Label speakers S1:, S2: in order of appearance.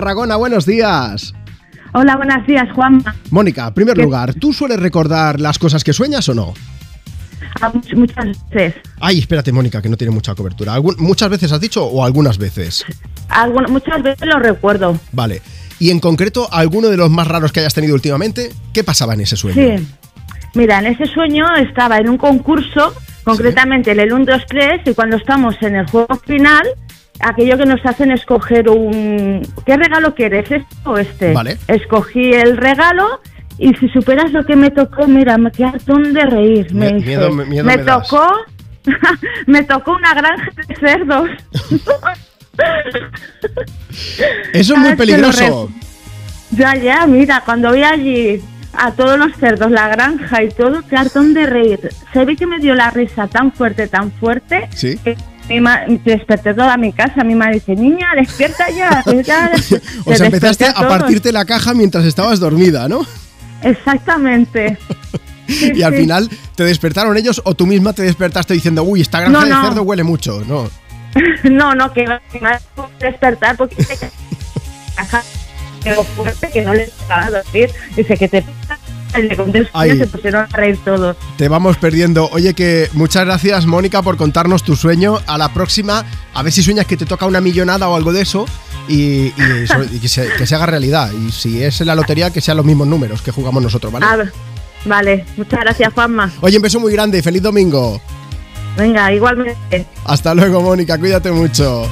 S1: Tarragona, buenos días.
S2: Hola, buenos días, Juanma.
S1: Mónica, en primer lugar, ¿tú sueles recordar las cosas que sueñas o no?
S2: Ah, much- Muchas veces.
S1: Ay, espérate, Mónica, que no tiene mucha cobertura. Algún- ¿Muchas veces has dicho o algunas veces?
S2: Algunas, muchas veces lo recuerdo.
S1: Vale. Y en concreto, alguno de los más raros que hayas tenido últimamente, ¿qué pasaba en ese sueño?
S2: Sí. Mira, en ese sueño estaba en un concurso, concretamente en el 1, 2, 3, y cuando estamos en el juego final, aquello que nos hacen escoger un... ¿Qué regalo quieres, este o este?
S1: Vale.
S2: Escogí el regalo y si superas lo que me tocó, mira, me quedé hartón de reír.
S1: Mie-
S2: Me, dice.
S1: miedo me- miedo me das.
S2: tocó... me tocó una granja de cerdos.
S1: Eso es muy
S2: sabes que Ah, lo
S1: peligroso.
S2: Ya, ya, mira, cuando vi allí a todos los cerdos, la granja y todo, qué hartón de reír. Se ve que me dio la risa tan fuerte, tan fuerte,
S1: Sí.
S2: que mi ma- desperté toda mi casa. Mi madre dice, niña, despierta ya. ya desp-
S1: O
S2: les
S1: sea, empezaste
S2: desperté
S1: a
S2: todos.
S1: partirte la caja mientras estabas dormida, ¿no?
S2: Exactamente. Sí,
S1: Y al
S2: sí.
S1: final te despertaron ellos o tú misma te despertaste diciendo, uy, esta granja
S2: No,
S1: de
S2: no.
S1: cerdo huele mucho, ¿no?
S2: No, no, que va- mi madre tuvo que despertar porque dice que lo fuerte que no le estaba a dormir. Dice que te... El de
S1: Ay.
S2: se pusieron a reír todos.
S1: Te vamos perdiendo. Oye, que muchas gracias, Mónica, por contarnos tu sueño. A la próxima, a ver si sueñas que te toca una millonada o algo de eso y, y sobre- y que, se, que se haga realidad. Y si es en la lotería, que sean los mismos números que jugamos nosotros, ¿vale?
S2: A ver, vale, muchas gracias Juanma.
S1: Oye, un beso muy grande. Feliz domingo.
S2: Venga, igualmente.
S1: Hasta luego, Mónica. Cuídate mucho.